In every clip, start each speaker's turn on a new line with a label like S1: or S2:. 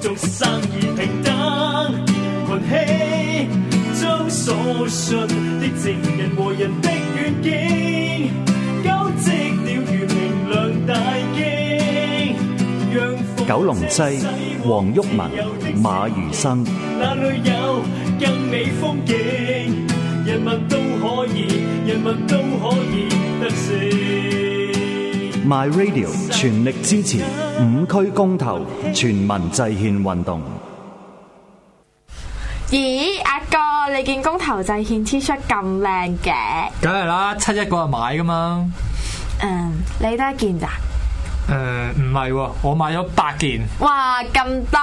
S1: 眾生而平等，群起將所信的正人和人的願景，交織了如明亮大經。讓復
S2: 九龍西黃毓民馬如生
S1: 那裏有更美風景？人民都可以，人民都可以得勝。
S2: My Radio 全力支持五區公投全民制憲運動。
S3: 咦，阿哥，你件公投制獻 T 恤咁靚嘅？
S4: 梗係啦，七一嗰日買噶嘛。
S3: 嗯，你得一件咋？
S4: 誒唔係喎，我買咗八件。
S3: 哇，咁多！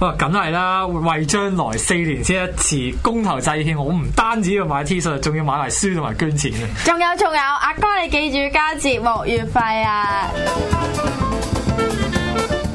S4: 哇，梗係啦，為將來四年先一次公投制憲，我唔單止要買 T 恤，仲要買埋書同埋捐錢嘅。
S3: 仲有仲有，阿哥你記住交節目月費啊！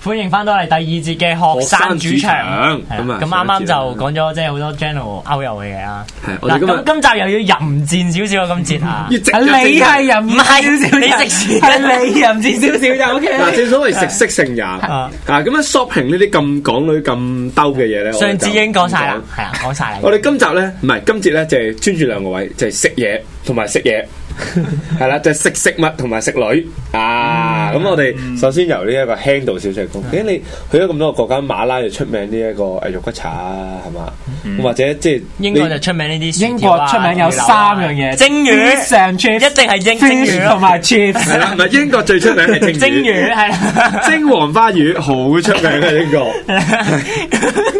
S5: 歡迎翻到嚟第二節嘅學生主
S6: 學生主
S5: 場，
S6: 場
S5: 係
S6: 咁
S5: 啦
S6: 啊
S5: 咁啱
S6: 上
S5: 啱
S6: 一節
S5: 就
S6: 啦
S5: 講咗即係好多 general 歐遊嘅嘢啦。
S6: 係我哋
S5: 嗱，
S6: 今
S5: 咁
S6: 日
S5: 今集又要淫戰少少啊！今節啊，
S6: 要直
S4: 係你係人
S5: 唔係你食
S4: 係你人知少少就 O
S6: 嗱，
S4: K。
S6: 正所謂食色性也啊！咁樣 shopping 呢啲咁港女咁兜嘅嘢咧，我哋
S5: 上
S6: 就
S5: 次已經講晒啦
S6: 唔，
S5: 係啊，講晒啦。
S6: 講。我哋今集咧，唔係今節咧，就係專注兩個位，就係食嘢同 埋食嘢，係啦，就係食食物同埋食女啊！咁我哋首先由呢一個輕度小食講，咦？你去咗咁多個國家，馬拉就出名呢一個誒肉骨茶啊，係嘛？咁或者即係
S5: 英國
S6: 你
S5: 就出名呢啲
S4: 英
S5: 薯條
S4: 國
S5: 啊，
S4: 出名有
S5: 魚柳啊
S4: 三樣嘢，
S5: 蒸魚
S4: fish and chips，
S5: 一定係蒸蒸
S4: fish 同
S5: 魚
S4: 埋
S6: 係
S4: chips。
S6: 啦，唔係英國最出名 係蒸
S5: 蒸魚係 啦。
S6: 蒸黃花魚好出名嘅英國。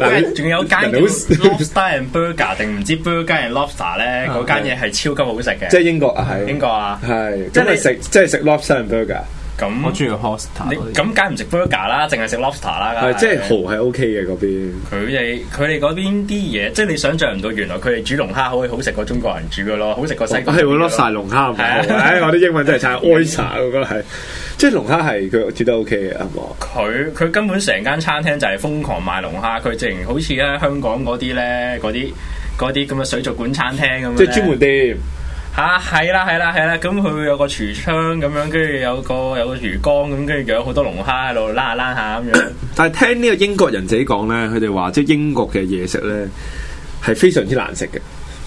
S6: 嗱你
S7: 仲有間
S6: 人
S7: 叫
S6: 哋好
S7: Lobster and Burger 定唔知 Burger and Lobster
S4: 啊
S7: 咧，嗰間嘢係超級好食嘅。
S6: 即係英國啊，係
S7: 英國啊，
S6: 係，
S7: 即
S6: 即
S7: 係你
S6: 係食即係食 lobster and burger，
S7: 咁
S4: 我中意
S7: 你
S4: hostel。
S7: 咁梗唔食 burger 啦，淨係食 lobster 啦，梗
S6: 係即係蠔係 OK 嘅嗰邊，
S7: 佢哋佢哋嗰邊啲嘢，即係你想象唔到，原來佢哋煮龍蝦可以好食過中國人煮嘅咯，好食過西國
S6: 哦係
S7: 人
S6: 會
S7: 煮嘅咯。
S6: lobster 龍蝦唔係
S7: 係
S6: 蠔，
S7: 啊
S6: 唉我啲英文真 係差，oyster 我覺得係，即係龍蝦係佢煮得 OK 嘅，係嘛？
S7: 佢佢根本成間餐廳就係瘋狂賣龍蝦，佢直情好似咧香港嗰啲咧嗰啲嗰啲咁嘅水族館餐廳咁樣呢。
S6: 即係專門店，
S7: 嚇係啦係啦係啦，咁佢會有個廚窗咁樣，跟住有個有個魚缸咁，跟住有好多龍蝦喺度拉下拉下 咁樣。
S6: 但係聽呢個英國人自己講咧，佢哋話即係英國嘅嘢食咧係非常之難食嘅。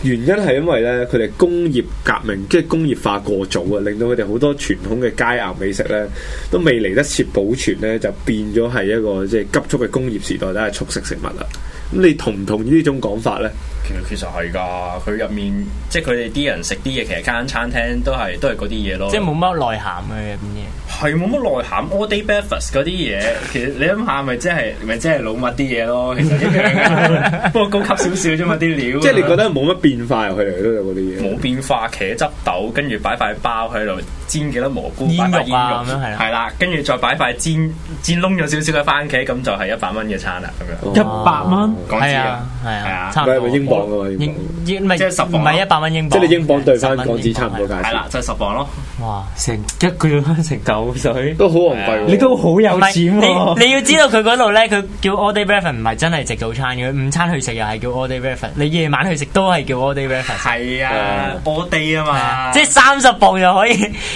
S6: 原因係因為咧，佢哋工業革命即係工業化過早啊，令到佢哋好多傳統嘅佳肴美食咧，都未嚟得切保存咧，就變咗係一個即係急速嘅工業時代，都係速食食物啦。咁你同唔同意呢種講法咧？
S7: 其實其實係㗎，佢入面即係佢哋啲人食啲嘢，其實間餐廳都係都係嗰啲嘢咯。
S5: 即係冇乜內涵嘅入
S7: 係冇乜內涵，all day breakfast 嗰啲嘢，其實你諗下，咪即係咪即係老麥啲嘢咯？其實一樣嘅，不過 高級少少啫嘛，啲料。
S6: 即係你覺得冇乜變化入去嚟都有嗰啲嘢。
S7: 冇變化，茄汁豆，跟住擺塊包喺度煎幾多蘑菇，
S5: 煙
S7: 擺塊
S5: 肉啊
S7: 煙
S5: 咁樣係啦
S7: 係啦，跟住再擺塊煎煎燶咗少少嘅番茄，咁就係一百蚊嘅餐啦，咁樣。
S4: 一百蚊，
S7: 港
S5: 面嘅，係啊
S7: 紙啊，
S5: 係
S7: 係
S5: 啊
S7: 啊，
S5: 差唔
S6: 唔係
S5: 多
S6: 咪英鎊㗎嘛？英
S5: 英
S6: 鎊
S5: 英唔係
S7: 即係十磅
S5: 唔係一百蚊英鎊，
S6: 啊即係你英鎊對翻
S5: 10蚊
S6: 港紙差唔多
S5: 英鎊
S6: 價
S7: 係啦
S6: 錢，，
S7: 就係十磅咯。
S5: 係哇！
S4: 成一個月成嚿水，
S6: 都好昂貴喎。
S4: 你都好有
S5: 唔係
S4: 錢喎。
S5: 你你要知道佢嗰度咧，佢叫 all day breakfast 唔係真係食早餐嘅，佢午餐去食又係叫 all day breakfast，你夜晚去食都係叫 all day breakfast，
S7: 係啊，all day 啊嘛，
S5: 即係三十磅就可以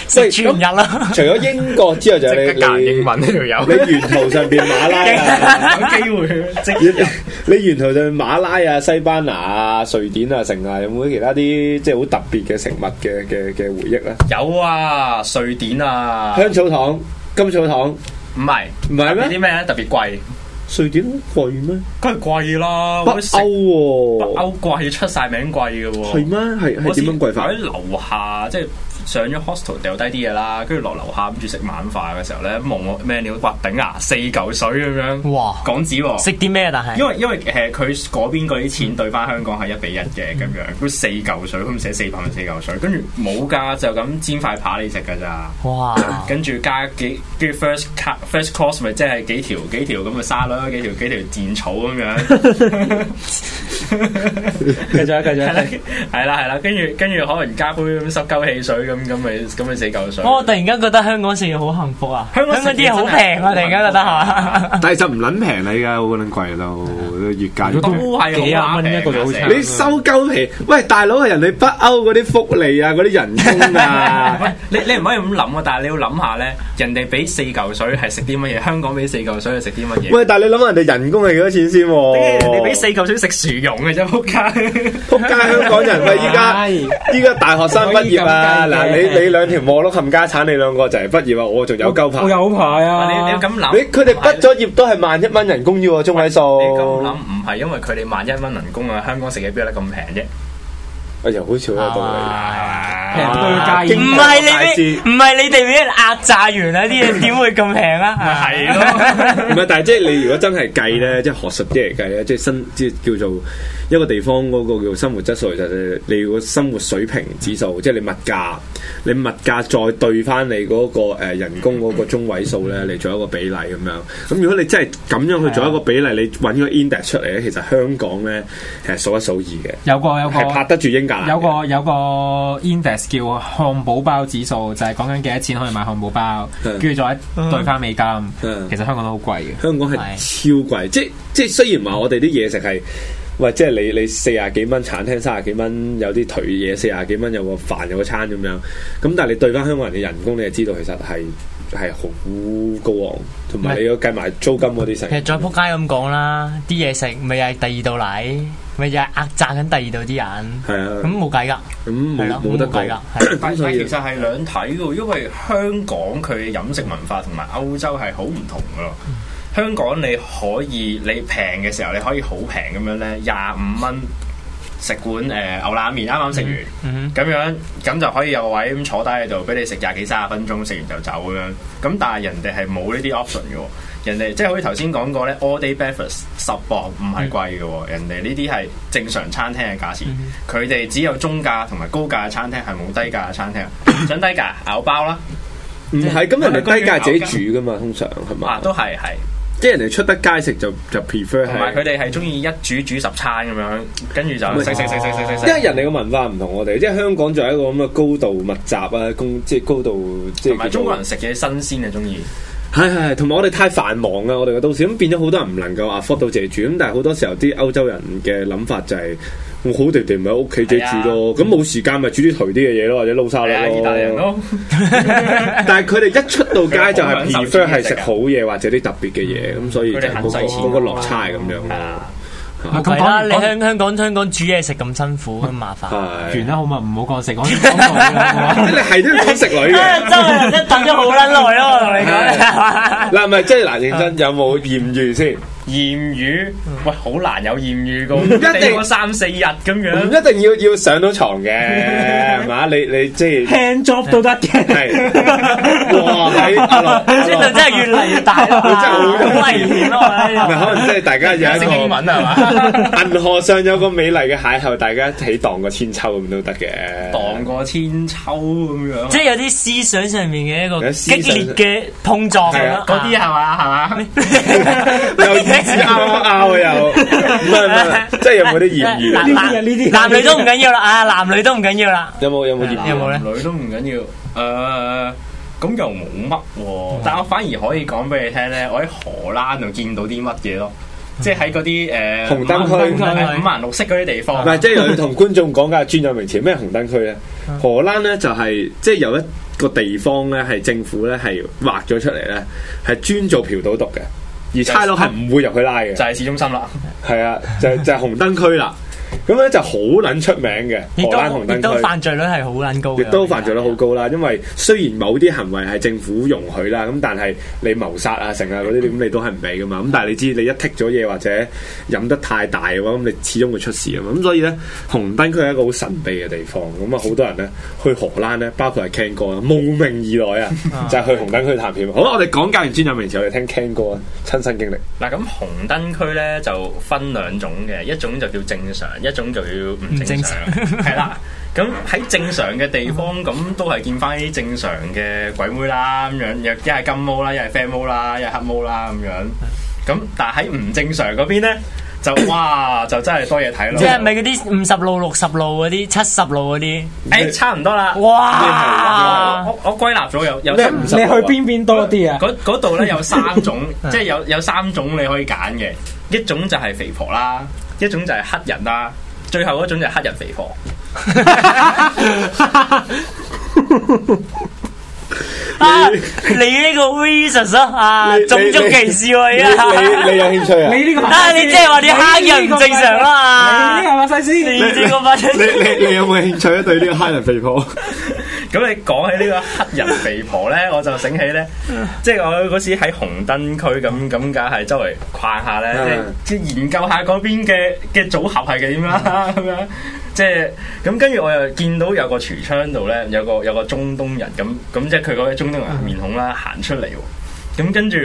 S5: 食
S6: 喂
S5: 全日啦。
S6: 除咗英國之外，就係
S7: 即刻教
S6: 你
S7: 人英
S6: 你
S7: 文呢條友。
S6: 你沿途上邊馬 拉啊。
S7: 有機會即
S6: 你你沿途就去馬拉啊、西班牙啊、瑞典啊、成啊，有冇其他啲即係好特別嘅食物嘅嘅嘅回憶咧？
S7: 有啊，瑞典啊，
S6: 香草糖、金草糖，
S7: 唔係
S6: 唔係咩
S7: 特別啲咩咧？特別貴，
S6: 瑞典好貴咩？
S7: 梗係貴啦，
S6: 北
S7: 我食
S6: 歐
S7: 北
S6: 喎，
S7: 歐貴出晒名貴嘅喎。
S6: 係咩？係係點樣貴法
S7: 我試？喺樓下即係上咗 hostel 掉低啲嘢啦，跟住落樓下諗住食晚飯嘅時候咧，望我咩料，哇頂啊，四嚿水咁樣，
S5: 哇
S7: 港紙喎、
S5: 食啲咩？但係
S7: 因為因為誒佢嗰邊嗰啲錢對翻香港係一比一嘅咁樣，佢四嚿水咁寫四百蚊四嚿水，跟住冇㗎就咁煎塊扒你食㗎咋，
S5: 哇，
S7: 跟住加幾跟住 first ca- first course 咪即係幾條幾條咁嘅沙律，幾條幾條箭草咁樣，
S5: 繼續啊繼
S7: 係啦
S5: 續。
S7: 係啦係啦，跟住跟住可能加杯咁濕鳩汽水咁咁咪咁咪四嚿水。
S4: 哦
S5: 我哦突然間覺得香港食嘢好幸福啊！香
S7: 香港
S5: 港
S7: 食嘢
S5: 啲嘢好平啊！突然間覺得係 嘛？
S6: 但係就唔撚平你噶，好撚貴到越價越
S7: 都
S6: 貴。
S7: 係
S4: 幾廿蚊一個
S7: 啊
S4: 早餐
S6: 你收鳩皮，喂大佬係人哋北歐嗰啲福利啊，嗰啲人工 啊，
S7: 你你唔可以咁諗啊！但係你要諗下咧，人哋俾四嚿水係食啲乜嘢？香港俾四嚿水係食啲乜嘢？
S6: 喂，但係你諗下人哋人工係幾多錢先喎？
S5: 哦
S7: 你俾四嚿水食薯蓉嘅啫，仆街！
S6: 仆街香港人喂，依 家依家大學生畢業啊！
S4: 可以咁計嘅
S6: 嗱，你你兩條網碌冚家產，你兩個就係畢業啊！我仲有鳩牌，
S4: 我有排啊！
S7: 你你咁諗，
S6: 你佢哋畢咗業都係萬一蚊人工要喎，中位數。
S7: 你咁諗唔係因為佢哋萬一蚊人工啊，香港食嘢邊有得咁平啫？
S6: 哎呀，好似好有道
S4: 平到
S6: 理。
S4: 去街
S6: 經
S5: 唔
S6: 過
S5: 係你
S6: 大
S5: 俾
S6: 師
S5: 唔係你哋俾人壓榨完啊！啲 嘢點會咁平啊？
S7: 係咯，
S6: 唔係，但係即係你如果真係計咧，即係學術啲嚟計咧，即係生即係叫做一個地方嗰個叫生活質素，其實係你個生活水平指數，即係你物價，你物價再對翻你嗰個誒人工嗰個中位數咧，你做一個比例咁樣。咁如果你真係咁樣去做一個比例，你揾個 index 出嚟咧，其實香港咧係數一數二
S4: 有個有
S6: 嘅，係拍
S4: 個
S6: 得住啊英格蘭嘅。
S4: 有個有個 index 叫漢堡包指數，就係講緊幾多錢可以買漢堡包，
S6: 嗯
S4: 跟住再對翻美金。
S6: 嗯
S4: 其實香港都好貴嘅。
S6: 香港係超貴，即即雖然話我哋啲嘢食係。喂，即係你你四廿幾蚊餐廳三十幾蚊，有啲頹嘢四廿幾蚊有個飯有個餐咁樣，咁但係你對翻香港人嘅人工，你就知道其實係係好高昂，同埋你要計埋租金嗰
S5: 其
S6: 啲
S5: 實
S6: 成。
S5: 再撲街咁講啦，啲嘢食咪又係第二度嚟，咪又係壓榨緊第二度啲人，
S6: 係啊，
S5: 咁冇計㗎，
S6: 咁嗯冇
S5: 係咯，
S6: 冇得
S5: 冇計㗎
S6: 講。，
S5: 係
S7: 但
S6: 咁所
S7: 係
S6: 以
S7: 其實係兩睇嘅，因為香港佢嘅飲食文化同埋歐洲係好唔同嘅咯。
S5: 嗯
S7: 香港你可以你平嘅時候，你可以好平咁樣咧，廿五蚊食碗誒、呃牛腩麵，啱啱食完。
S5: 嗯
S7: 咁樣咁就可以有個位咁坐低喺度，俾你食廿幾三十分鐘，食完就走咁樣。咁但係人哋係冇呢啲 option 嘅喎，人哋即係好似頭先講過咧，all day breakfast 十磅唔
S5: 嗯
S7: 係貴嘅喎，人哋呢啲係正常餐廳嘅價錢，佢哋只有中價同埋高價嘅餐廳係冇低價嘅餐 廳，想低價咬包啦，
S6: 唔嗯係咁人哋低價自己煮㗎嘛，通常係
S7: 啊
S6: 嘛？
S7: 都係係，
S6: 即係人哋出得街食就就 prefer
S7: 同埋佢
S6: 係。
S7: 哋係中意一煮煮十餐咁樣，跟住就食食食食食食食
S6: 因為，人哋嘅文化唔同我哋，即係香港仲有一個咁嘅高度密集啊，公即係高度即係
S7: 同埋
S6: 叫做
S7: 中國人食嘢新鮮啊，中意。
S6: 哦係係，係同埋我哋太繁忙啦，我哋嘅都市咁變咗好多人唔能夠 afford 到自己煮，咁但係好多時候啲歐洲人嘅諗法就係、我好地地咪喺屋企自己煮咯，啊咁冇、時間咪煮啲頹啲嘅嘢咯，或者撈沙律
S7: 係啊，
S6: 咯。
S7: 意大利人咯。
S6: 但係佢哋一出到街就係
S7: 佢哋好享受
S6: prefer 係
S7: 自己食
S6: 食
S7: 啊
S6: 好嘢或者啲特別嘅嘢，咁所以就
S7: 佢哋
S6: 嗰、
S7: 肯使
S6: 個
S7: 錢
S6: 嗰個落差係咁樣。
S7: 係啊
S5: 冇計啦！你香香港香港煮嘢食咁辛苦咁麻煩，
S4: 完
S6: 係，
S4: 啦，好嘛，唔好講食， 講講道理啦好嘛
S6: 你係都要講食女嘅。
S5: 真係真係等咗好撚耐咯，我同你
S6: 啊
S5: 講。
S6: 嗱，唔係即係嗱，認真有冇豔遇先？
S7: 豔遇，喂，好難有豔遇噶，
S6: 一定嗯
S7: 地過三四日咁
S6: 唔
S7: 樣。
S6: 一定要要上到床嘅，係嘛？你你即係
S8: hand job 都得嘅。
S6: 係，哇！喺阿羅，
S5: 呢度真係越嚟越大啦，
S6: 真係好
S5: 好危險咯！我覺得
S6: 唔係可能即係大家有一
S7: 識英
S6: 個
S7: 文啊係嘛？
S6: 銀河上有個美麗嘅邂逅，大家起蕩個千秋咁都得嘅。
S7: 蕩過千秋咁
S6: 啊
S7: 樣，
S5: 即係有啲思想上面嘅一個
S6: 有思想
S5: 激烈嘅碰撞咁
S6: 係
S5: 樣
S6: 啊
S7: 嗰啲係嘛係嘛？
S6: 又意思啊拗拗又，唔係唔係，即係有冇啲豔遇？
S5: 嗱
S8: 呢啲啊呢啲
S5: 男女都唔緊要啦，啊男女都唔緊要啦，
S6: 有冇有啊冇豔
S5: 有
S6: 遇？
S5: 冇咧？
S7: 女都唔緊要，誒。咁又冇乜
S6: 嗯
S7: 喎，但我反而可以講俾你聽咧，我喺荷蘭度見到啲乜嘢咯，即係喺嗰啲誒
S6: 紅燈區
S7: 五顏五顏六色嗰啲地
S6: 唔
S7: 方，
S6: 係，即係又要同觀眾講㗎專有名詞，咩紅燈區咧？荷蘭咧就係即係有一個地方咧，係政府咧係劃咗出嚟咧，係專做嫖賭毒嘅，而差佬係唔會入去拉嘅
S7: 就。係市中心啦。
S6: 係啊，就就係紅燈區啦。咁咧就好撚出名嘅荷
S5: 亦
S6: 蘭紅
S5: 都亦都
S6: 燈區。
S5: 犯罪率係好撚高
S6: 亦
S5: 嘅，
S6: 都犯罪率好高啦，因啊為雖然某啲行為係政府容許啦，咁但係你謀殺啊、成啊嗰啲，咁你都係唔俾噶嘛。咁但係你知你一剔咗嘢或者飲得太大嘅話，咁你始終會出事啊嘛。咁所以咧，紅燈區係一個好神秘嘅地方。咁啊，好多人咧去荷蘭咧，包括係 Ken 哥啊，慕名而來啊，就係去紅燈區探險。好啦，我哋講解完專有名詞，我哋聽 Ken 哥啊親身經歷。
S7: 嗱，咁紅燈區咧就分兩種嘅，一種就叫正常，一種就叫唔正
S5: 唔正
S7: 常， 係啦。咁喺正常嘅地方，咁都係見翻啲正常嘅鬼妹啦，咁樣一係金毛啦，一係啡毛啦，一係黑毛啦，咁樣。咁但係喺唔正常嗰邊咧，就哇就真係多嘢睇咯。
S5: 即係咪嗰啲五十路、六十路嗰啲、七十路嗰啲？
S7: 誒差唔多啦。
S5: 哇！
S7: 我我歸納咗有有
S6: 咩
S7: 三
S6: 唔
S4: 你去邊邊多啲啊？
S7: 嗰嗰度咧有三 種，即係有有三種你可以揀嘅，一種就係肥婆啦，一種就係黑人啦，最後嗰種就係黑人肥婆。
S5: 啊，你呢個 racist 啊啊，
S6: 你
S5: 種族歧視
S6: 你
S5: 喎而家。
S6: 你你有興趣啊？
S4: 你呢個
S5: 啊，你即係話啲黑人唔正常啦
S7: 啊
S4: 你呢個馬西
S5: 你
S4: 斯，
S5: 呢個乜
S6: 你你你有冇興趣咧？對呢個黑人肥婆？
S7: 咁你講起呢個黑人肥婆咧， 我就醒 起咧，即係我嗰時喺紅燈區咁咁，梗係周圍逛 下咧
S6: 嗯，
S7: 即係研究下嗰邊嘅嘅組合係點 啦，咁樣即係咁跟住我又見到有個櫥窗度咧，有個有個中東人咁咁，即係佢嗰個中東人面孔啦，行出嚟喎，咁跟住。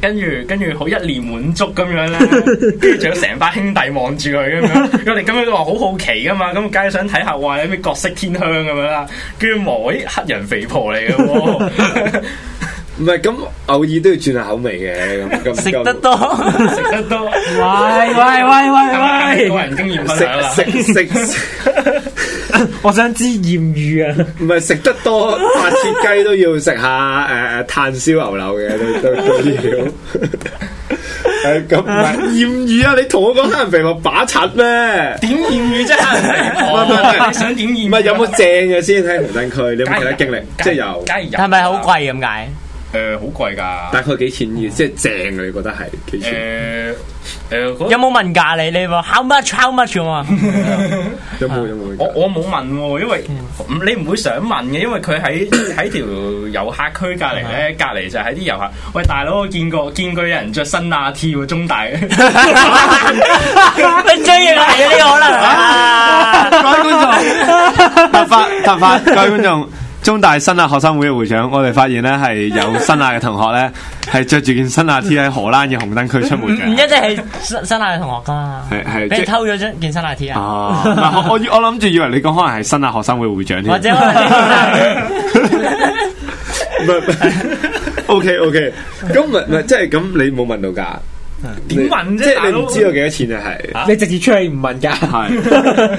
S7: 跟住跟住好一臉滿足咁樣咧， 跟住仲有成班兄弟望住佢咁樣，我哋咁樣都話好好奇噶嘛，咁梗係想睇下哇有咩角色天香咁樣啦，跟住望咦黑人肥婆嚟嘅 喎，
S6: 唔係咁，偶爾都要轉下口味嘅咁咁。
S5: 食得多，
S7: 食得多，
S4: 喂喂喂喂
S7: 個
S4: 喂，
S7: 人經驗分享啦，
S6: 食食食，
S4: 我想知豔遇啊！
S6: 唔係食得多白切雞都要食下誒誒炭燒牛柳嘅，都都都要。 誒咁唔係豔遇啊！你同我講黑人肥婆把柒咩？
S7: 點豔遇啫黑人肥婆，
S6: 唔係唔係唔係
S7: 你想點豔遇？
S6: 唔係有冇正嘅先喺紅燈區？你有
S7: 梗
S6: 冇
S7: 係
S6: 其他經歷？
S7: 梗
S6: 即係有，
S7: 梗係有，
S5: 係咪好？貴咁解？
S7: 誒，好貴 㗎。
S6: 大概幾錢嘅？即係正嘅，你覺得係幾錢？
S7: 誒誒嗰
S5: 有冇問價你？你話 how much how much 咁啊？
S6: 有冇有冇？
S7: 我我冇問喎，因為
S4: 嗯
S7: 唔你唔會想問嘅，因為佢喺 喺條遊客區隔離咧，隔離就係啲遊客。喂，大佬，我見過見過有人着新亞 T 喎，中 大。
S5: 你追嘅係呢個可能啊！
S6: 各位觀 眾，突發突發，各位觀眾，中大新亞學生會嘅會長，我哋發現咧係有新亞嘅同學咧係着住件新亞 T 喺荷蘭嘅紅燈區出門
S5: 唔一
S6: 嘅。
S5: 定係新新亞嘅同學噶嘛，
S6: 係係
S5: 嗯俾
S6: 即
S5: 人偷咗張件新亞 T 啊！
S6: 啊！唔係我我以我諗住以為你講可能係新亞學生會會長添，
S5: 或者可 能
S6: O K O K，咁唔唔即係咁，你冇問到㗎，
S7: 點問啫？大佬
S6: 幾多錢啊？係。
S4: 你直接出去唔問㗎？
S6: 系，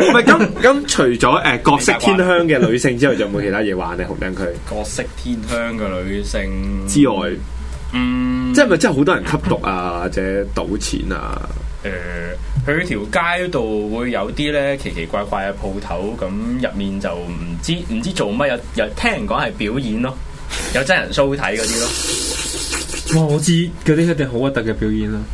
S6: 唔係咁咁？除咗誒角色天香嘅女性之外，仲有冇其他嘢玩咧？紅燈區
S7: 角色天香嘅女性
S6: 之外，
S7: 嗯，
S6: 即係咪真係好多人吸毒啊，或者賭錢啊？
S7: 誒，呃佢條街度會有啲咧奇奇怪怪嘅鋪頭，咁入面就唔知唔知做乜，有有聽人講係表演咯，有真人 show 睇嗰啲咯。
S4: 哇！我知嗰啲一定好核突嘅表演啦，啊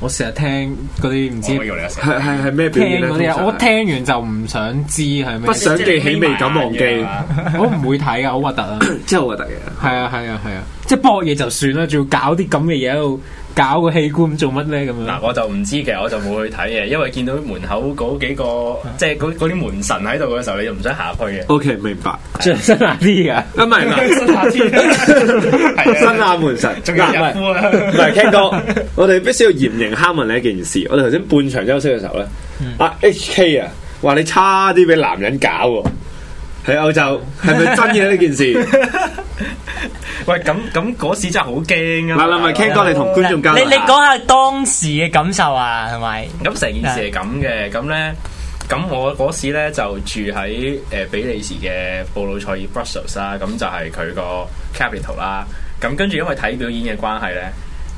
S4: 我成日聽嗰啲唔知
S7: 我以為你有食
S6: 係係係咩表
S4: 聽
S6: 演咧？
S4: 嗰啲啊，
S6: 通常
S4: 我聽完就唔想知係
S6: 不
S4: 咩，
S6: 想記起未敢忘記，
S7: 啊
S4: 我唔會睇㗎，好核突啊！
S6: 真係好核突嘅。
S4: 係啊係啊係啊，即係搏嘢就算啦，仲要搞啲咁嘅嘢喺度搞個器官做乜咧咁
S7: 嗱，
S4: 樣？
S7: 我就唔知嘅，我就冇去睇嘅，因為見到門口嗰幾個，
S6: 啊
S7: 即係嗰嗰啲門神喺度嘅時候，你就唔想行入去 嘅。
S6: O K，明白。啊
S4: 着身下啲㗎，
S6: 啊，唔係唔係， 新
S7: 係啊，
S6: 亞門神。
S7: 仲有
S6: 嗱
S7: 日夫啊！
S6: 唔係 Ken 哥，我哋必須要嚴刑拷問你一件事。我哋頭先半場休息嘅時候咧，
S7: 嗯
S6: 啊 H K 啊，話你差啲俾男人搞喎。喺歐洲係咪真嘅呢件事？
S7: 喂，咁咁嗰時真係好驚啊！
S6: 嗱嗱，咪 Ken 哥，你同觀眾交
S5: 你
S6: 流
S5: 你講下當時嘅感受啊，係咪？
S7: 咁成件事係咁嘅，咁咧，咁我嗰時咧就住喺誒、呃比利時嘅布魯塞爾 Brussels 啦，咁就係佢個 capital 啦。咁跟住因為睇表演嘅關係咧，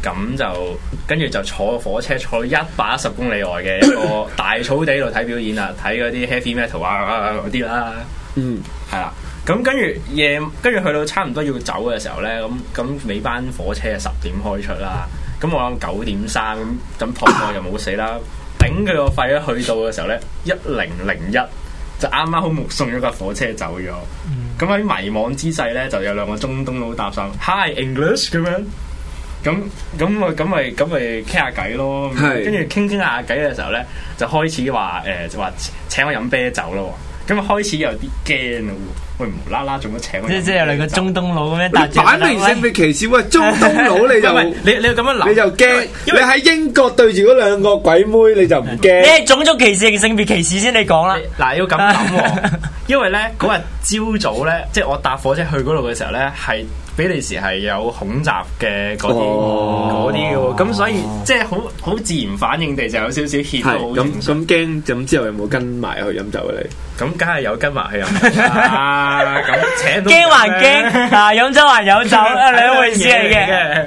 S7: 咁就跟住就坐火車坐到一百一十公里外嘅一個大草地度睇表演啦，睇嗰啲 heavy metal 啊啊啊嗰啲啦。
S6: 嗯，
S7: 係啦。咁跟住夜，跟住去到差唔多要走嘅時候咧，咁咁尾班火車係十點開出啦。咁我諗九點三咁，咁肚餓又冇死啦，頂佢個肺咧，去到嘅時候咧，一零零一就啱啱好目送咗架火車走咗。
S5: 嗯
S7: 咁喺、迷惘之際咧，就有兩個中東佬搭上 Hi English 咁樣。咁咁咪咁咪咁咪傾下偈咯，
S6: 係
S7: 跟住傾傾下偈嘅時候咧，就開始話誒就話請我飲啤酒咯喎，咁啊開始有啲驚咯喎，喂無啦啦做乜請我飲啤
S5: 即
S7: 酒？
S5: 即係有兩個中東佬咁樣搭
S6: 你
S5: 住，
S6: 擺明性別歧視喂，中東佬你
S7: 喂
S6: 就
S7: 喂你你要咁樣諗，
S6: 你就驚，你
S7: 因為
S6: 喺英國對住嗰兩個鬼妹你就唔
S5: 你
S6: 驚。
S5: 係種族歧視定性別歧視先？你講啦，
S7: 嗱要咁諗喎，因為咧嗰日朝早咧，即係我搭火車去嗰度嘅時候咧，係比利時係有恐襲嘅嗰
S6: 哦
S7: 啲嗰啲嘅喎，咁所以即係好好自然反應地就有少少怯
S6: 係
S7: 到好
S6: 咁
S7: 正常
S6: 咁驚，咁之後有冇跟埋去飲酒啊？你
S7: 咁梗係有跟埋去飲啊， 咁請到
S5: 驚還驚，啊飲酒還 有酒，啊兩回事嚟嘅。
S7: 嘅。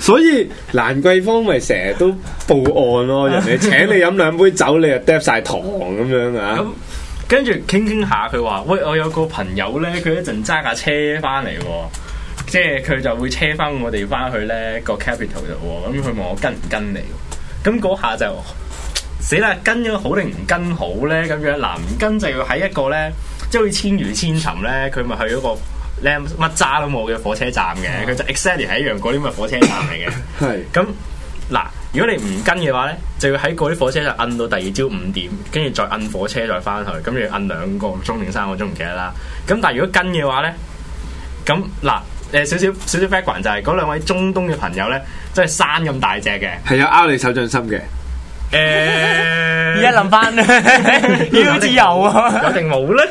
S6: 所以蘭桂坊咪成日都報案 咯，人哋請你飲兩杯酒，你就嗒晒糖咁樣啊
S7: 咁。跟住傾傾下，佢話：喂，我有個朋友咧，佢一陣揸架車翻嚟喎，即係佢就會車翻我哋翻去咧個 capital 度喎。咁佢問我跟唔跟你喎？咁嗰下就死啦，跟咗好定唔跟好咧？咁樣嗱，唔跟就要喺一個咧，即係好似千魚千尋咧，佢咪去嗰個咧乜渣都冇嘅火車站嘅，佢就 exactly 係一樣嗰啲咁嘅火車站嚟嘅。
S6: 係
S7: 咁嗱，如果你唔跟嘅話咧，就要喺嗰啲火車就摁到第二朝五點，跟住再摁火車再翻去，咁你要摁兩個鐘定三個鐘唔記得啦。咁但係如果跟嘅話咧，咁嗱。誒少少少少 background 就係嗰兩位中東嘅朋友咧，真係山咁大隻嘅。
S6: 係有拗你手掌心嘅。
S7: 誒、
S5: 而家 諗翻，咦好似有啊，
S7: 有定冇咧？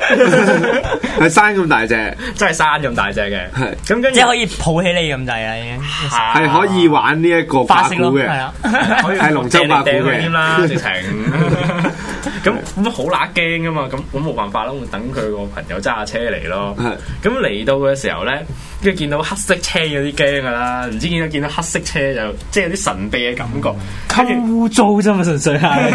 S6: 係山咁大隻，
S7: 真係山咁大隻嘅。
S6: 係
S7: 咁跟住
S5: 即係可以抱起你咁滯啦，已經
S6: 係可以玩呢一個
S5: 花
S6: 法
S5: 式
S6: 鼓
S5: 咯，
S6: 嘅
S5: 係，
S7: 啊
S5: 啦。
S7: 可以
S6: 係龍舟八股
S7: 掟佢
S6: 嘅
S7: 添 啦，直情咁咁好乸驚噶嘛，咁咁冇辦法啦，我等佢個朋友揸下車嚟咯。
S6: 係
S7: 咁嚟到嘅時候咧，跟住見到黑色車有啲驚噶啦，唔知點解見到黑色車就即係有啲神秘嘅感覺。
S6: 嗯
S5: 咁污糟啫嘛，純粹係。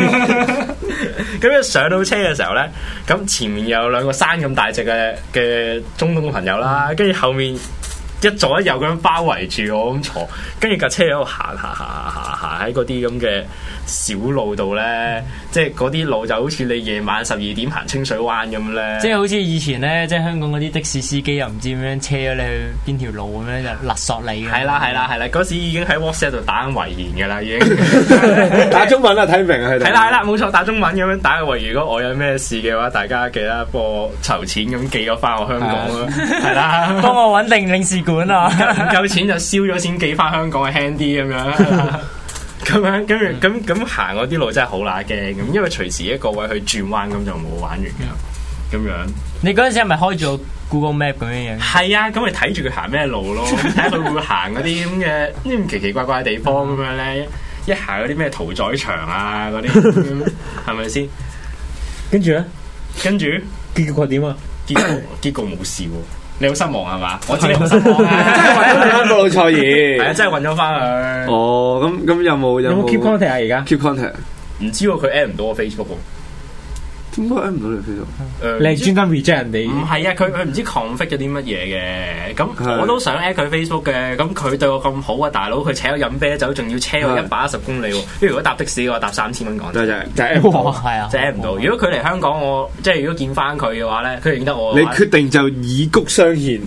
S7: 咁一上到車嘅時候咧，咁前面有兩個山咁大隻嘅嘅中東朋友啦，跟住後面一左一右咁樣包圍住我咁坐，跟住架車喺度行行行行行行喺嗰啲咁嘅小路度咧，即係嗰啲路就好似你夜晚十二點行清水灣咁咧，
S5: 即係好似以前咧，即係香港嗰啲的士司機又唔知點樣車咗你去邊條路咁樣就勒索你嘅。
S7: 係啦係啦係啦，嗰時已經喺 WhatsApp 度打緊遺言㗎啦，已 經
S6: 打中文啦，睇唔明啊，佢哋
S7: 係啦係啦，冇錯，打中文咁樣打個遺如果我有咩事嘅話，大家記得幫我籌錢咁寄咗翻我香港啦，係 啦。
S5: 幫我揾定領事館 啊！
S7: 啊唔夠錢就燒咗錢寄翻香港嘅輕啲咁樣。 嗯咁樣跟住咁咁行嗰啲路真係好乸驚咁，因為隨時一個位去轉彎咁就冇玩完㗎。咁樣
S5: 你嗰陣時係咪開咗 Google Map 咁樣樣？
S7: 係啊，咁咪睇住佢行咩 路咯，睇下佢會唔會行嗰啲咁嘅啲咁奇奇怪怪嘅地方咁樣咧，一行嗰啲咩屠宰場啊嗰啲，咁 係咪先？
S5: 跟住咧，
S7: 跟住
S5: 結果點啊？
S7: 結果 結果冇事喎，你好失望係 嘛？我知你好失望
S6: 真係
S7: 啊，
S6: 揾布魯塞
S7: 係啊，
S6: 爾。
S7: 真係揾咗翻佢。
S6: 哦，咁咁有冇有冇
S5: contact 啊？而家
S6: keep contact？
S7: 唔知喎，佢 at 唔到我 Facebook 喎。
S6: 點解 M 唔到你 Facebook？
S7: 誒
S5: 登 reject 人哋
S7: 呃唔係啊，佢佢唔知 config 咗啲乜嘢嘅，咁
S6: 係
S7: 我都想 at 佢 Facebook 嘅，咁佢對我咁好啊，大佬佢請我飲啤酒，仲要車我
S6: 係
S7: 一百一十公里喎，因為如果搭的士嘅話，搭三千蚊港
S6: 就
S7: 紙，
S6: 係就係 M 到。
S5: 係啊，
S7: 即係 at 唔到。如果佢嚟香港，我即係如果見翻佢嘅話咧，佢認得我
S6: 你
S7: 嘅話，
S6: 決定就以谷相獻，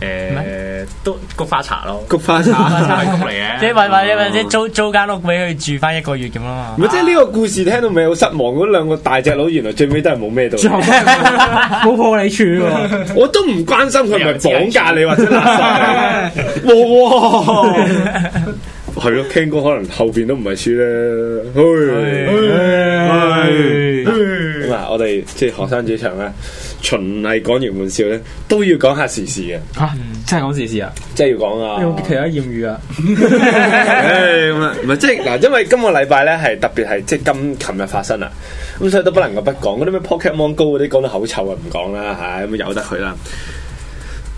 S7: 誒都菊花茶咯，
S6: 菊花茶。
S7: 係菊 嚟嘅，
S5: 即係或或者或者租租間屋俾佢住翻一個月咁啊
S6: 唔係即係呢個故事聽到未好失望，嗰兩個大隻佬原來最尾都係冇咩到。
S4: 冇破你處喎，
S6: 我都唔關心佢係咪綁架你或者勒索你。哇！係咯，Ken 哥可能後邊都唔係輸咧。唉咁啊，我哋即係學生主場咧，啊循例講完玩笑咧，都要講下時事嘅，
S4: 嚇真係講時事啊！
S6: 即係要講啊。
S4: 有冇其他豔遇啊？
S6: 唉咁啊，唔係即係嗱，因為今個禮拜咧係特別係即係今琴日發生啦，咁所以都不能夠不講嗰啲咩 Pokemon Go 嗰啲講到口臭啊，唔講啦嚇，咁由得佢啦。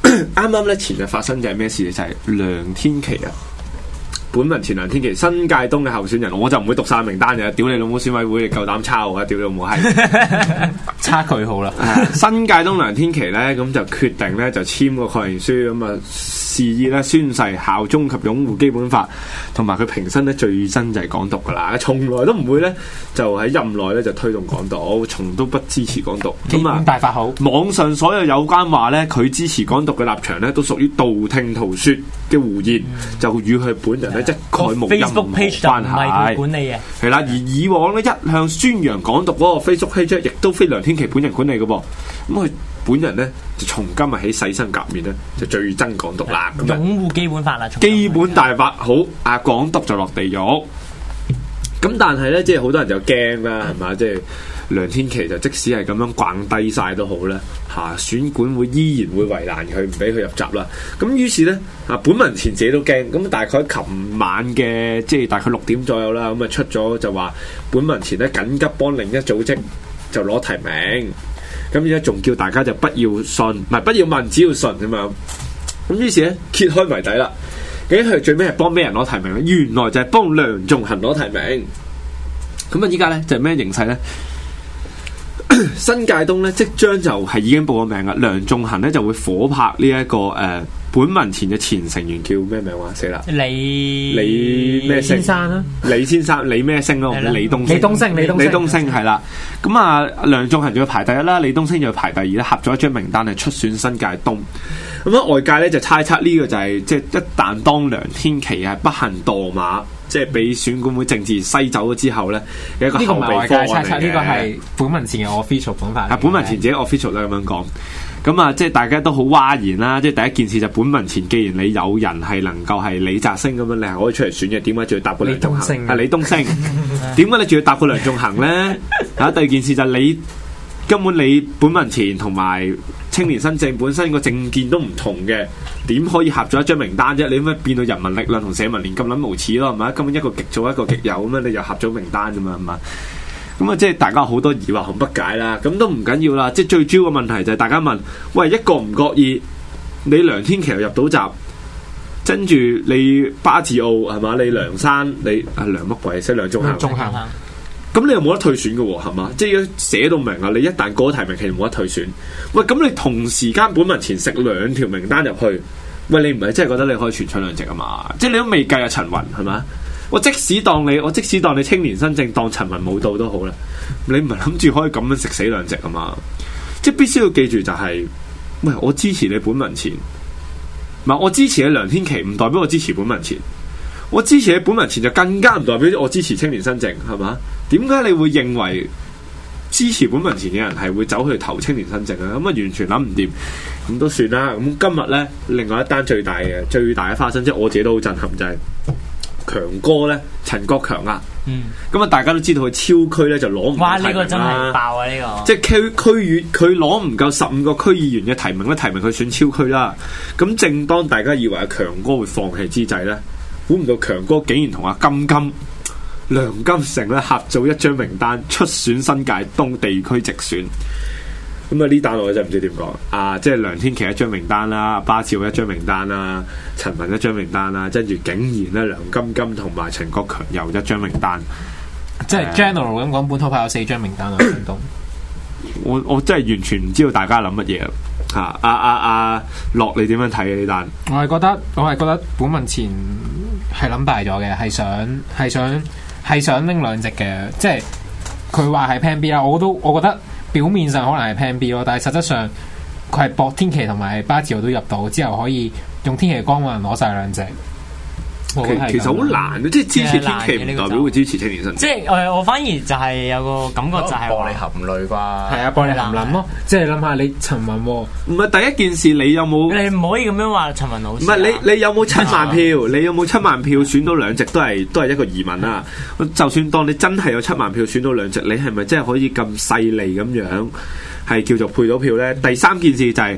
S6: 啱啱咧前日發生就係咩事呢就係、梁天琦啊，本民前兩天期新界東嘅候選人，我就唔會讀晒名單嘅，屌你老母選委會，你夠膽抄我啊！屌你老母閪！
S5: 差距好啦，
S6: 新界東梁天琪咧，咁就決定咧就簽個確認書，咁啊示意咧宣誓效忠及擁護基本法，同埋佢平身咧最憎就係港獨噶啦，從來都唔會咧就喺任內咧就推動港獨，從都不支持港獨。
S5: 基
S6: 咁
S5: 本
S6: 啊，
S5: 大法好，
S6: 網上所有有關話咧佢支持港獨嘅立場咧，都屬於道聽途說嘅胡言，
S5: 嗯
S6: 就與佢本人咧一概冇任何
S5: 啊 Facebook page 就
S6: 關
S5: 唔係佢
S6: 係。
S5: 管理嘅，
S6: 係啦，而以往咧一向宣揚港獨嗰個 Facebook page 啊咧亦都非梁天琪本人管理嘅噃。咁佢本人咧就從今日起洗身革面咧，就最憎港獨啦。咁
S5: 擁
S6: 啊，
S5: 護基本法啦，從
S6: 基本大法好啊，港獨就落地獄。咁但係咧，即係好多人就驚啦，係嘛？即係梁天琪就即使係咁樣逛低晒都好啦，嚇、選管會依然會為難佢，唔俾佢入閘啦。咁於是咧，啊本文前自己都驚，咁大概琴晚嘅即係大概六點左右啦，咁啊出咗就話本文前咧緊急幫另一組織就攞提名，咁而家仲叫大家就不要信，唔係不要問，只要信咁樣。咁於是咧揭開謎底啦。究竟佢最尾係幫咩人攞提名咧？原來就係幫梁仲恒攞提名。咁啊，依家咧就係咩形勢咧？ 新界東咧即將就係已經報咗名啦，梁仲恒咧就會火拍呢、一個誒、呃本民前嘅前成員叫咩名話死啦？
S5: 李
S6: 李咩星
S4: 先？生啦，
S6: 李先生，李咩星咯？
S5: 係啦
S6: 李東
S4: 李東升李東升
S6: 李東升係啦。咁啊，梁仲恒就要排第一啦，李東升就要排第二啦，合咗一張名單係出選新界東。咁啊，外界咧就猜測呢個就係即係一旦當梁天琪係不幸墮馬，即係俾選管會政治西走咗之後咧，有一個
S4: 呢個
S6: 後
S4: 唔係外
S6: 備
S4: 界
S6: 方
S4: 猜
S6: 案
S4: 測，
S6: 嚟
S4: 呢個
S6: 嘅。
S4: 係本文前嘅 official 本法嚟嘅。
S6: 啊，本文前自己 official 都係咁樣講。咁啊，即係大家都好譁然啦！即係第一件事就本文前，既然你有人係能夠係李澤星咁樣，你係可以出嚟選嘅，點解仲要搭個梁仲
S4: 李東
S6: 恒？
S4: 升
S6: 啊，李 東升，點解你仲要搭個梁仲恒咧？啊，第二件事就係你根本你本文前同埋青年新政本身個政見都唔同嘅，點可以合咗一張名單啫？你咪變到人民力量同社民連咁撚無恥咯，係咪？根本一個極左一個極右咁樣，你又合咗名單啫嘛，係咪？咁啊，即係大家好多疑惑同不解啦，咁都唔緊要啦。即係最主要嘅問題就係大家問：喂，一個唔覺意，你梁天琪又入到閘，跟住你巴治奧係嘛？你梁山，你啊梁乜鬼？即係梁仲恒。
S4: 梁仲恒
S6: 咁你又冇得退選嘅喎，係嘛？即係而家寫到明啊，你一旦過咗提名期，冇得退選。喂，咁你同時間本文前食兩條名單入去，喂，你唔係真係覺得你可以全取兩席啊嘛？即係你都未計啊陳雲係嘛？我即使當你，我即使當你青年新政當陳雲冇到都好啦，你唔係諗住可以咁樣食死兩隻啊嘛？即係必須要記住就係、喂，我支持你本文前，唔係我支持你梁天琪，唔代表我支持本文前。我支持你本文前就更加唔代表我支持青年新政，係嘛？點解你會認為支持本文前嘅人係會走去投青年新政啊？咁啊完全諗唔掂，咁都算啦。咁今日呢，另外一單最大嘅最大嘅花生，即係我自己都好震撼，就係、強哥呢，陳國強啊。
S5: 嗯，
S6: 咁啊，大家都知道佢超區呢就攞唔
S5: 哇！
S6: 到提
S5: 呢個
S6: 名
S5: 真係
S6: 啦。
S5: 爆啊！呢個
S6: 即係區區議，佢攞唔夠十五個區議員嘅提名咧，提名佢選超區啦。咁正當大家以為阿強哥會放棄之際呢，估唔到強哥竟然同阿金金。梁金成咧合組一張名單出選新界東地區直選。咁啊呢單我真係唔知點講啊！即係梁天琪一張名單啦，巴兆一張名單啦，陳文一張名單啦，跟住竟然咧梁金金同埋陳國強又一張名單。
S4: 即係 general 咁講，本土派有四張名 單啊，廣東
S6: 我我真係完全唔知道大家諗乜嘢啦嚇！啊啊啊！樂、你點樣睇啊嘅呢單？
S4: 我係覺得，我係覺得本文前係諗敗咗嘅，係想係想係想拎兩隻嘅，即係佢話係 Plan B 啦。我都我覺得表面上可能係 Plan B 咯，但係實質上佢係博天琪同埋巴治奧都入到之後，可以用天琪光環攞晒兩隻。我覺得係咁
S6: 其其實好難啊嘅，即係支持天
S5: 真係難
S6: 琪
S5: 嘅呢
S6: 唔
S5: 個
S6: 代表會支持青年新
S5: 即係誒，我反而就係有個感覺就係
S7: 玻
S5: 話
S7: 璃含淚啩，
S4: 係啊，幫你諗諗咯，即係諗下你陳雲喎，
S6: 唔係第一件事，你有冇？
S5: 你唔可以咁樣話陳文老師。
S6: 唔係你你有冇七萬票？你有冇七萬票選到兩席都係都係一個疑問啦。就算當你真係有七萬票選到兩席，你係咪真係可以咁細利咁樣係叫做配到票呢？第三件事就係、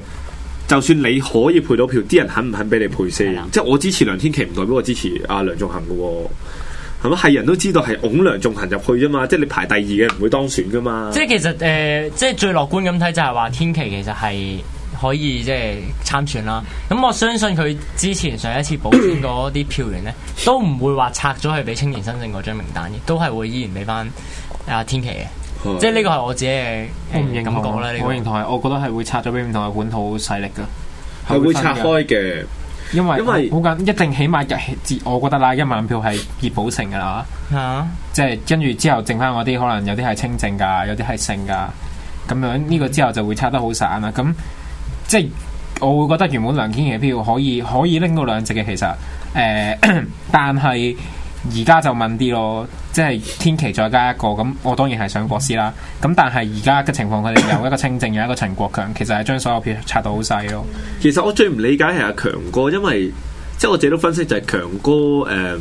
S6: 就算你可以配到票，啲人肯唔肯俾你配先
S5: 係啦？
S6: 即係我支持梁天琪，唔代表我支持阿梁仲恒嘅喎。係咪？係人都知道係拱梁仲恒入去啫嘛，即係你排第二嘅唔會當選噶嘛。
S5: 即係其實誒、呃即係最樂觀咁睇就係話天琪其實係可以即係參選啦。咁我相信佢之前上一次補選嗰啲票 源呢，都唔會話拆咗去俾青年新政嗰張名單嘅，都係會依然俾翻阿天琪嘅。即係呢個係我自己嘅
S4: 我唔
S5: 呃
S4: 認
S5: 感
S4: 同
S5: 覺啦。呢
S4: 我認
S5: 個
S4: 同係，我覺得係會拆咗俾唔同嘅本土勢力噶，
S6: 係會
S4: 分
S6: 拆
S4: 㗎，
S6: 開嘅。
S4: 因為
S6: 因為
S4: 好緊，一定起碼日字，我覺得啦，一萬票係熱保成噶啦，
S5: 係啊，
S4: 即係跟住之後剩翻嗰啲，可能有啲係清正噶，有啲係性噶，咁樣呢個之後就會拆得好散啦。咁即係我會覺得原本梁天琪嘅票可以可以拎到兩席嘅，其實誒、 但係而家就問啲咯，即係天琪再加一個，咁我當然係想國師啦。咁但係而家嘅情況，佢哋有一個清正，有一個陳國強，其實係將所有票拆到好細咯。
S6: 其實我最唔理解係阿強哥，因為即係我自己都分析就係強哥誒、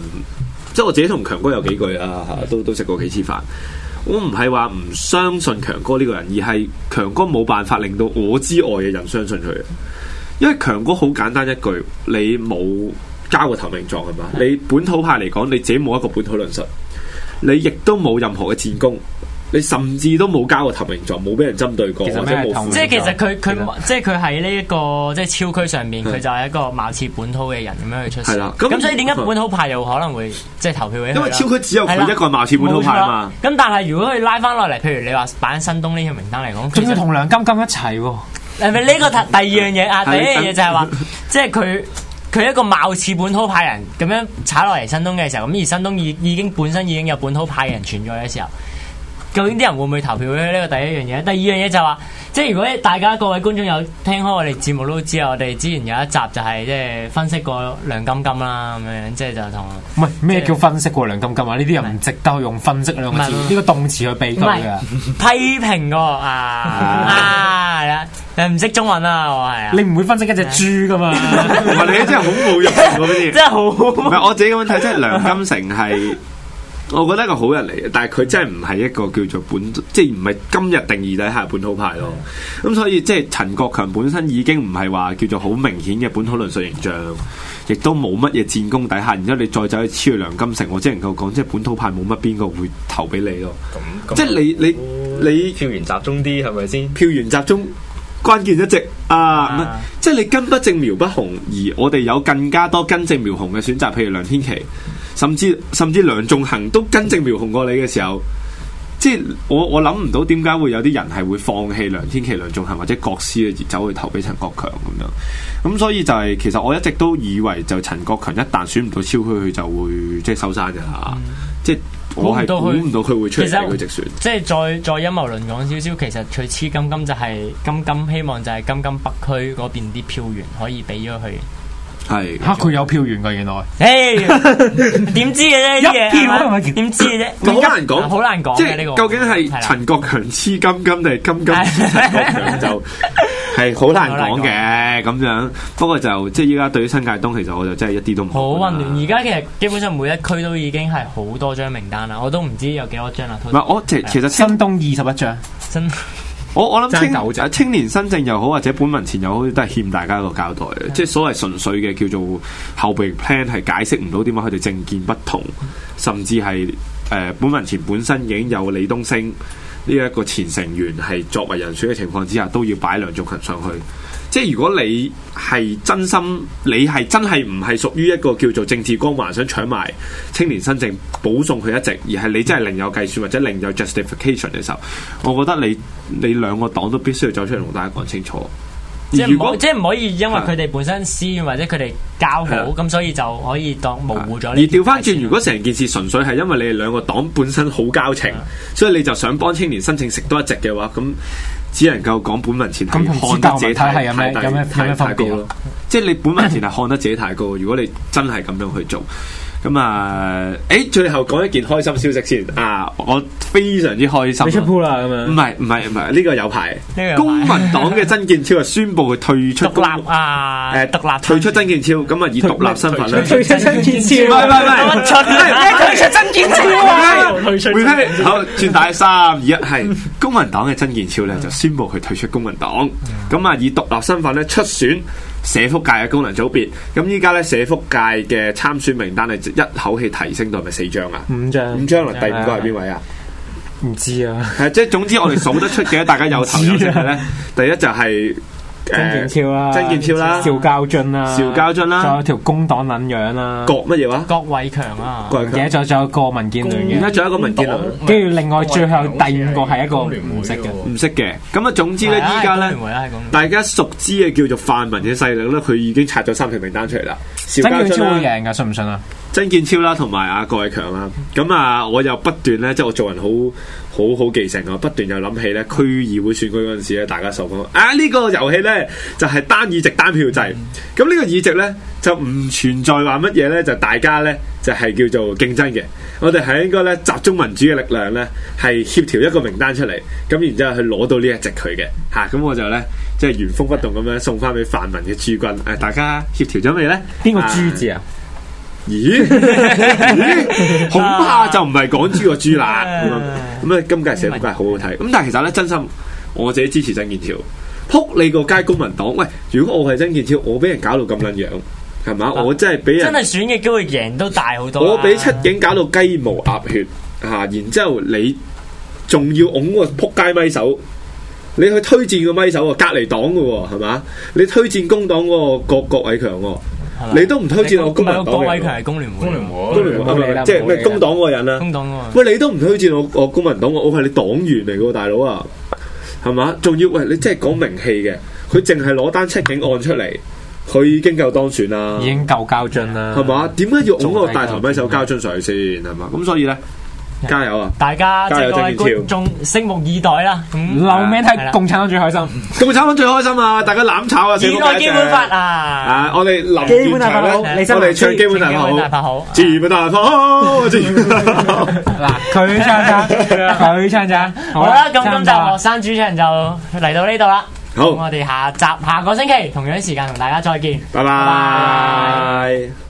S6: 即係我自己同強哥有幾句啦嚇，都都食過幾次飯。我唔係話唔相信強哥呢個人，而係強哥冇辦法令到我之外嘅人相信佢。因為強哥好簡單一句，你冇交過投名狀係嘛？
S4: 嗯
S6: 你本土派嚟講，你自己冇一個本土論述，你亦都冇任何嘅戰功，你甚至都冇交過投名狀，冇俾人針對過，
S4: 其實
S6: 或者
S4: 咩係
S6: 冇
S4: 投名
S6: 負
S5: 即係其實佢
S4: 其實
S5: 佢即係佢喺呢一個即係超區上面，佢就係一個貌似本土嘅人咁樣去出
S6: 係
S5: 選
S6: 啦。咁
S5: 咁所以點解本土派又可能會即係投票俾佢啦
S6: 因為超區只有
S5: 係啦
S6: 佢一個貌似本土派啊嘛。
S5: 冇錯啦咁但係如果佢拉翻落嚟，譬如你話擺喺新東呢條名單嚟講，其
S4: 仲要
S5: 實
S4: 同梁金金一齊喎、
S5: 係咪呢個第第二樣嘢啊？第
S6: 係
S5: 一樣嘢就係話，即係佢佢一個貌似本土派人咁樣踩落嚟新東嘅時候，咁而新東已已經本身已經有本土派人存在嘅時候。究竟啲人會唔會投票咧？呢個第一樣嘢，第二樣嘢就係話，即係如果大家各位觀眾有聽開我哋節目都知啊，我哋之前有一集就係即係分析過梁金金啦，咁樣即係就同
S4: 唔係咩叫分析喎梁金金啊？呢啲又唔值得用分析兩個字，
S5: 唔係
S4: 呢個動詞去避佢嘅。
S5: 批評過啊啊，係啦你唔識中文啊，我係啊，
S4: 你唔會分析一隻豬噶嘛？
S6: 唔係你真係好侮辱 我嗰啲。
S5: 真係好
S6: 唔係我自己咁樣睇，即係梁金成係，我覺得一個好人嚟嘅，但係佢真係唔係一個叫做本，即係唔係今日定義底下本土派咯。咁所以即係陳國強本身已經唔係話叫做好明顯嘅本土論述形象，亦都冇乜嘢戰功底下，然之後你再走去超越梁金成，我只能夠講即係本土派冇乜邊個會投俾你咯。
S7: 咁
S6: 即係你你你
S7: 票源集中啲係咪先？
S6: 票源集中，關鍵一席啊！咁樣
S5: 啊
S6: 即係你根不正苗不紅，而我哋有更加多根正苗紅嘅選擇，譬如梁天琪，甚至甚至梁仲恒都根正苗紅過你嘅時候，即係我我諗唔到點解會有啲人係會放棄梁天琪、梁仲恒或者國師而走去投俾陳國強咁樣。咁所以就係、其實我一直都以為就陳國強一旦選唔到超區，佢就會即係收山㗎啦。即係我係
S5: 估唔到
S6: 估
S5: 佢
S6: 唔到佢會出嚟
S5: 其實
S6: 俾佢直選。
S5: 即係再再陰謀論講少少，其實佢黐金金就係、金金，希望就係金金北區嗰邊啲票源可以俾咗佢。
S6: 係
S4: 嚇佢有票源㗎，原來
S5: 誒點知嘅啫呢啲嘢
S4: 一票啊
S5: 係咪
S4: 係咪
S5: 點知嘅啫？
S6: 咁好難講，
S5: 好難講
S6: 即
S5: 嘅呢個。
S6: 係究竟係
S5: 啦
S6: 陳國強黐金金定係金金黐陳國強就係好難講嘅咁樣。不過就即係依家對於新界東，其實我就真係一啲都唔
S5: 好混亂。
S6: 唔
S5: 而家其實基本上每一區都已經係好多張名單啦，我都唔知有幾多張啦。
S6: 係我其其實
S4: 新
S6: 青
S4: 東二十一張，
S5: 真
S6: 我我諗
S4: 爭九
S6: 青青年新政又好或者本民前又好，都係欠大家一個交代嘅。即係所謂純粹嘅叫做後備 plan 係解釋唔到點解佢哋政見不同，甚至係誒、呃本民前本身已經有李東升呢一個前成員係作為人選嘅情況之下，都要擺梁仲恒上去。即係如果你係真心，你係真係唔係屬於一個叫做政治光環，想搶埋青年新政保送佢一席，而係你真係另有計算或者另有 justification 嘅時候，我覺得你你兩個黨都必須要走出嚟同大家講清楚。
S5: 即係
S6: 如
S5: 唔好
S6: 果
S5: 即係唔可以因為佢哋本身私怨或者佢哋交好
S6: 係啦啊
S5: 咁，所以就可以當模糊咗呢條界線。
S6: 而調翻轉，如果成件事純粹係因為你哋兩個黨本身好交情，所以你就想幫青年申請食多一席嘅話，咁只能夠講本文前係
S4: 咁同
S6: 看得自
S4: 資格
S6: 己
S4: 問
S6: 太
S4: 題係有咩
S6: 太
S4: 有咩有
S6: 太
S4: 咩
S6: 太
S4: 分
S6: 高
S4: 別啊
S6: 咯。即係你本文前係看得自己太高，如果你真係咁樣去做。咁啊，誒，最後講一件開心消息先啊！我非常之開心啊，
S4: 啦咁樣。
S6: 唔係唔係唔係，呢個有排。
S5: 呢個有排
S6: 公民黨嘅曾建超係宣布佢退出公
S5: 獨立啊，
S6: 誒
S5: 獨立
S6: 退出曾建超，咁啊以獨立身份咧。
S4: 出新件
S6: 唔係唔係唔係，退出真見
S4: 事
S6: 超，退出。好，轉大三二一，係公民黨嘅曾健超咧就宣布佢退出公民黨，咁啊以獨立身份咧出選社福界嘅功能組別，咁依家咧社福界嘅參選名單係一口氣提升到係咪四張啊？
S4: 五張
S6: 五張啦，第五個係邊位啊？
S4: 唔知啊，
S6: 係即係總之我哋數得出嘅，大家有頭有勢咧。第一就係
S4: 曾
S6: 誒
S4: 健超啦，
S6: 曾健超啦
S4: 邵家俊啦，
S6: 邵家俊啦
S4: 仲有條工黨撚樣啦，
S6: 郭乜嘢話？
S5: 郭偉強啊，
S6: 郭
S4: 唔記得咗，仲有一個民建聯
S6: 而
S4: 嘅
S6: 家。仲有一個民建聯
S4: 跟住另外最後第五個係一個唔識嘅
S6: 唔識嘅。咁啊，總之咧，
S5: 係啊
S6: 依家
S5: 係工聯會啊係
S6: 咧
S5: 工聯會，
S6: 大家熟知嘅叫做泛民嘅勢力咧，佢已經拆咗三條名單出嚟啦。邵
S4: 曾
S6: 家
S4: 健
S6: 俊
S4: 超會
S6: 啦、
S4: 贏㗎，信唔信啊？
S6: 曾健超啦，同埋阿郭偉強啦。咁啊，我又不斷咧，即係我做人好好好記性啊，我不斷又諗起咧區議會選舉嗰陣時咧，大家所講啊呢個遊戲咧就係單議席單票制。咁呢
S4: 嗯
S6: 個議席咧就唔存在話乜嘢咧，就大家咧就係叫做競爭嘅。我哋係應該咧集中民主嘅力量咧，係協調一個名單出嚟，咁然之後去攞到呢一席佢嘅嚇，咁、我就咧即係原封不動咁樣送翻俾泛民嘅諸君，誒、大家協調咗未咧？
S4: 邊個豬字啊？
S6: 咦？咦恐怕就唔係港豬個豬啦咁樣咁啊，今屆社福界好好睇。咁但係其實咧，真心我自己支持曾健超，撲你個街公民黨。喂，如果我係曾健超，我俾人搞到咁撚樣，係嘛？我真係俾人
S5: 啊真係啊選嘅機會贏都大好多啦。
S6: 我俾七警搞到雞毛鴨血嚇、啊然之後你仲要拱個撲街咪手，你去推薦個咪手喎，隔離黨嘅喎，係嘛？你推薦工黨嗰個郭郭偉強喎，
S5: 係咪
S6: 你都唔推薦我公民黨
S5: 唔係郭偉
S6: 嘅
S5: 強
S6: 喎，
S5: 係工聯會，
S7: 工聯會
S6: 工聯
S4: 唔好理啦
S6: 會即係嗯
S4: 唔好
S6: 咩
S4: 理啦
S6: 工黨嗰個人啦。
S5: 工黨啊嘛。
S6: 喂，你都唔推薦我我公民黨喎，我係你黨員嚟嘅喎，大佬啊，係嘛？仲要喂你真係講名氣嘅，佢淨係攞單七警案出嚟，佢已經夠當選啦
S4: 已。經夠膠樽啦，
S6: 係嘛？點解要拱個大頭咪手交樽上去先係嘛？咁所以咧，加油啊！
S5: 大家即
S6: 加油
S5: 係各位
S6: 鄭健超
S5: 觀眾拭目以待啦。咁啊
S4: 留名睇共產黨最開心，
S6: 共產黨最開心啊！大家攬炒啊！四
S5: 熱
S6: 個
S5: 愛基本法
S6: 啊！
S5: 啊！
S6: 我哋臨
S4: 基本大法
S6: 完場
S4: 好
S6: 呢
S4: 你真係
S6: 我哋唱基本大法
S5: 基本大
S6: 好，
S5: 法好。
S6: 基本大法好，基本大法好。
S4: 嗱佢唱 咋，佢唱咋，
S5: 好啦，咁今集學生主場就嚟到呢度啦。咁
S6: 好，
S5: 我哋下集下個星期同樣時間同大家再見。
S6: 拜拜。